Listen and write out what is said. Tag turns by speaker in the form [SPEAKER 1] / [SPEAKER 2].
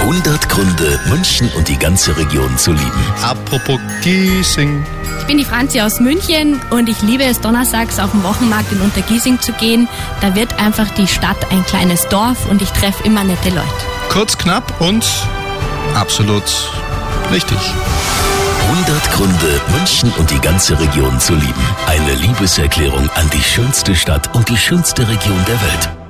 [SPEAKER 1] 100 Gründe, München und die ganze Region zu lieben.
[SPEAKER 2] Apropos Giesing.
[SPEAKER 3] Ich bin die Franzi aus München und ich liebe es, donnerstags auf den Wochenmarkt in Untergiesing zu gehen. Da wird einfach die Stadt ein kleines Dorf und ich treffe immer nette Leute.
[SPEAKER 2] Kurz, knapp und absolut richtig.
[SPEAKER 1] 100 Gründe, München und die ganze Region zu lieben. Eine Liebeserklärung an die schönste Stadt und die schönste Region der Welt.